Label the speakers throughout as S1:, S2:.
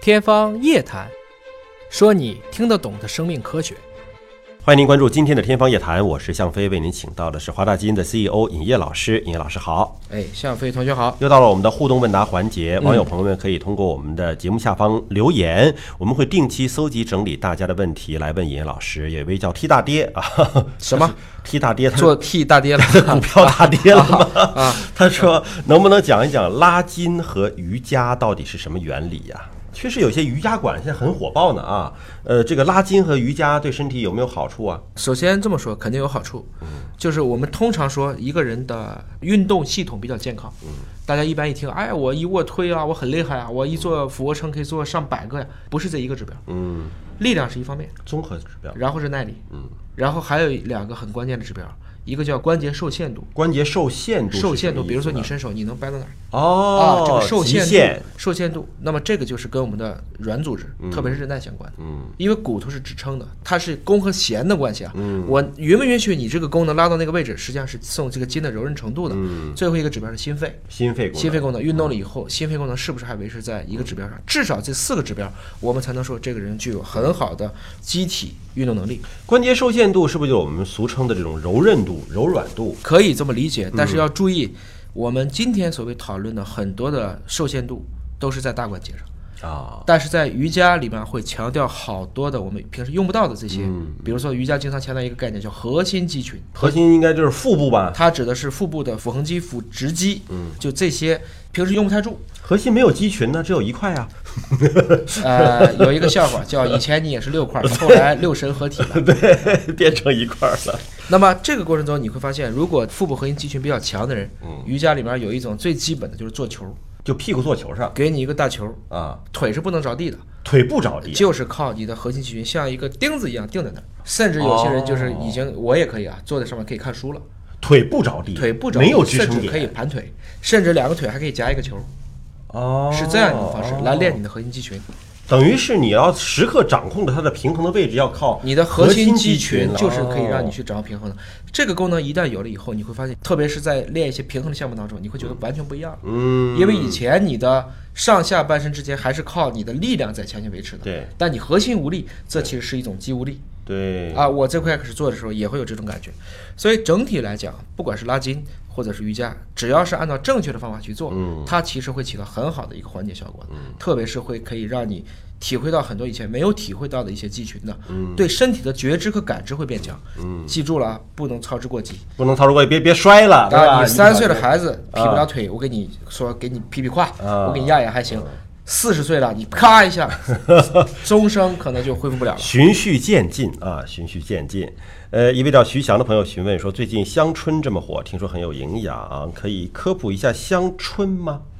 S1: 天方夜谭，说你听得懂的生命科学。
S2: 欢迎您关注今天的《天方夜谭》，我是向飞，为您请到的是华大基因的 CEO 尹烨老师。尹烨老师好，
S1: 哎，向飞同学好。
S2: 又到了我们的互动问答环节，网友朋友们可以通过我们的节目下方留言，我们会定期搜集整理大家的问题来问尹烨老师。有一位叫 T 大爹啊，
S1: 什 么
S2: T 大爹，他
S1: 做啊 T 大爹了
S2: 股票大跌 了吗？他说能不能讲一讲拉筋和瑜伽到底是什么原理呀、确实有些瑜伽馆现在很火爆呢啊。呃，这个拉筋和瑜伽对身体有没有好处啊？
S1: 首先这么说肯定有好处，
S2: 嗯
S1: 就是我们通常说一个人的运动系统比较健
S2: 嗯
S1: 康，大家一般一听，哎，我一卧推啊，我很厉害啊，我一做俯卧撑可以做上百个呀，不是这一个指标，
S2: 嗯，
S1: 力量是一方面，
S2: 综合指标，
S1: 然后是耐力，
S2: 嗯，
S1: 然后还有两个很关键的指标，一个叫关节受限度，
S2: 关节受限度是什么
S1: 受
S2: 意思呢，
S1: 限度，比如说你伸手你能掰到哪儿，
S2: 哦
S1: 啊，，这个受
S2: 极
S1: 限度，
S2: 限，
S1: 受限度。那么这个就是跟我们的软组织，特别是韧带相关的。
S2: 嗯，
S1: 因为骨头是支撑的，它是弓和弦的关系啊。嗯，我允不允许你这个功能拉到那个位置，实际上是送这个筋的柔韧程度的。
S2: 嗯，
S1: 最后一个指标是心肺，
S2: 心肺功能，嗯
S1: 心肺功能运动了以后，心肺功能是不是还维持在一个指标上？至少这四个指标，我们才能说这个人具有很好的机体运动能力。
S2: 关节受限度是不是就我们俗称的这种柔韧度、柔软度？
S1: 可以这么理解，但是
S2: 嗯
S1: 要注意，我们今天所谓讨论的很多的受限度都是在大关节上。
S2: 啊，
S1: 但是在瑜伽里面会强调好多的我们平时用不到的这些，比如说瑜伽经常强调一个概念叫核心肌群，
S2: 核心应该就是腹部吧？
S1: 它指的是腹部的腹横肌、腹直肌，嗯，就这些平时用不太住。
S2: 核心没有肌群呢，只有一块 啊。
S1: 呃，有一个笑话叫以前你也是六块，后来六神合体了。
S2: 对，变成一块儿了。
S1: 那么这个过程中你会发现，如果腹部核心肌群比较强的人，瑜伽里面有一种最基本的就是做球，
S2: 就屁股坐球上
S1: 给你一个大球，
S2: 啊，
S1: 腿是不能着地的，
S2: 腿不着地，
S1: 就是靠你的核心肌群像一个钉子一样钉在那儿，甚至有些
S2: 哦
S1: 人就是已经、我也可以啊，坐在上面可以看书了，
S2: 腿不着地，
S1: 腿不着地，
S2: 没有支撑
S1: 甚至可以
S2: 点，
S1: 盘腿，甚至两个腿还可以夹一个球，
S2: 哦，
S1: 是这样一种方式来练
S2: 哦，
S1: 你的核心肌群。
S2: 等于是你要时刻掌控着它的平衡的位置，要靠
S1: 你的核
S2: 心
S1: 肌
S2: 群
S1: 群
S2: 了
S1: 就是可以让你
S2: 哦
S1: 去掌握平衡的。这个功能一旦有了以后，你会发现，特别是在练一些平衡的项目当中，你会觉得完全不一样了。
S2: 嗯，
S1: 因为以前你的上下半身之间还是靠你的力量在强行维持的，
S2: 对
S1: 但你核心无力，这其实是一种肌无力。
S2: 对
S1: 啊，我这块开始做的时候也会有这种感觉，所以整体来讲，不管是拉筋或者是瑜伽，只要是按照正确的方法去做，
S2: 嗯
S1: 它其实会起到很好的一个缓解效果，特别是会可以让你体会到很多以前没有体会到的一些肌群的，
S2: 嗯
S1: 对身体的觉知和感知会变强。记住了啊，不能操之过急。
S2: 不能操之过急，别别摔了，对吧？
S1: 啊，你三岁的
S2: 小
S1: 孩子劈不了腿，我给你说，给你劈劈胯，
S2: 啊
S1: 我给你压压还行。四十岁了，你咔 一下，终生可能就恢复不了了。
S2: 循序渐进啊，循序渐进。呃，一位叫徐翔的朋友询问说，最近香椿这么火，听说很有营养，可以科普一下香椿吗？香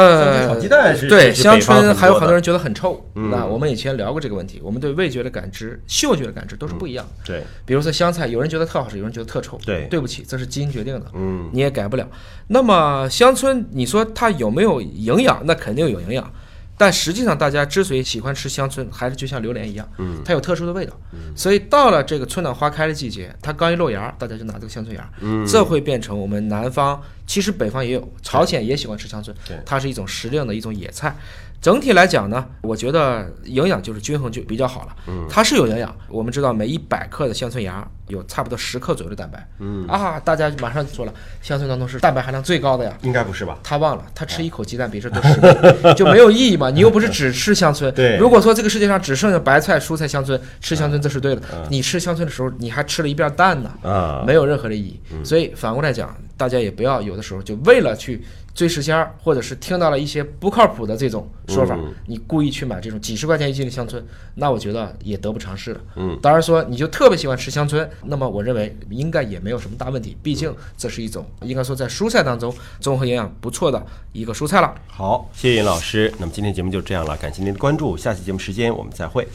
S1: 呃，
S2: 椿炒鸡蛋是
S1: 对
S2: 是
S1: 香
S2: 北方很
S1: 椿，还有很
S2: 多的嗯
S1: 多人觉得很臭。那我们以前聊过这个问题，我们对味觉的感知、嗅觉的感知都是不一样的。
S2: 对，
S1: 比如说香菜，有人觉得特好吃，有人觉得特臭。
S2: 嗯对
S1: 对不起，这是基因决定的，
S2: 嗯，
S1: 你也改不了。那么香椿，你说它有没有营养？那肯定有营养。但实际上，大家之所以喜欢吃香椿，还是就像榴莲一样，嗯，它有特殊的味道，
S2: 嗯
S1: 所以到了这个春暖花开的季节，它刚一露芽儿，大家就拿这个香椿芽儿，嗯，这会变成我们南方，其实北方也有，朝鲜也喜欢吃香椿
S2: 对，
S1: 它是一种时令的一种野菜。整体来讲呢，我觉得营养就是均衡就比较好了。嗯，它是有营养。我们知道每一百克的香椿芽有差不多十克左右的蛋白。嗯啊，大家马上就说了，香椿当中是蛋白含量最高的呀。
S2: 应该不是吧？
S1: 他忘了，他吃一口鸡蛋比这多十 倍，就没有意义嘛。你又不是只吃香椿。
S2: 对
S1: 如果说这个世界上只剩下白菜、蔬菜、香椿，吃香椿这是对的。你吃香椿的时候，你还吃了一遍蛋呢。
S2: 啊，
S1: 没有任何的意义。所以反过来讲，大家也不要有的时候就为了去追时鲜儿，或者是听到了一些不靠谱的这种说法，你故意去买这种几十块钱一斤的香椿，那我觉得也得不偿失了。嗯，当然说你就特别喜欢吃香椿，那么我认为应该也没有什么大问题，毕竟这是一种应该说在蔬菜当中综合营养不错的一个蔬菜了。
S2: 好，谢谢尹老师。那么今天节目就这样了，感谢您的关注，下期节目时间我们再会。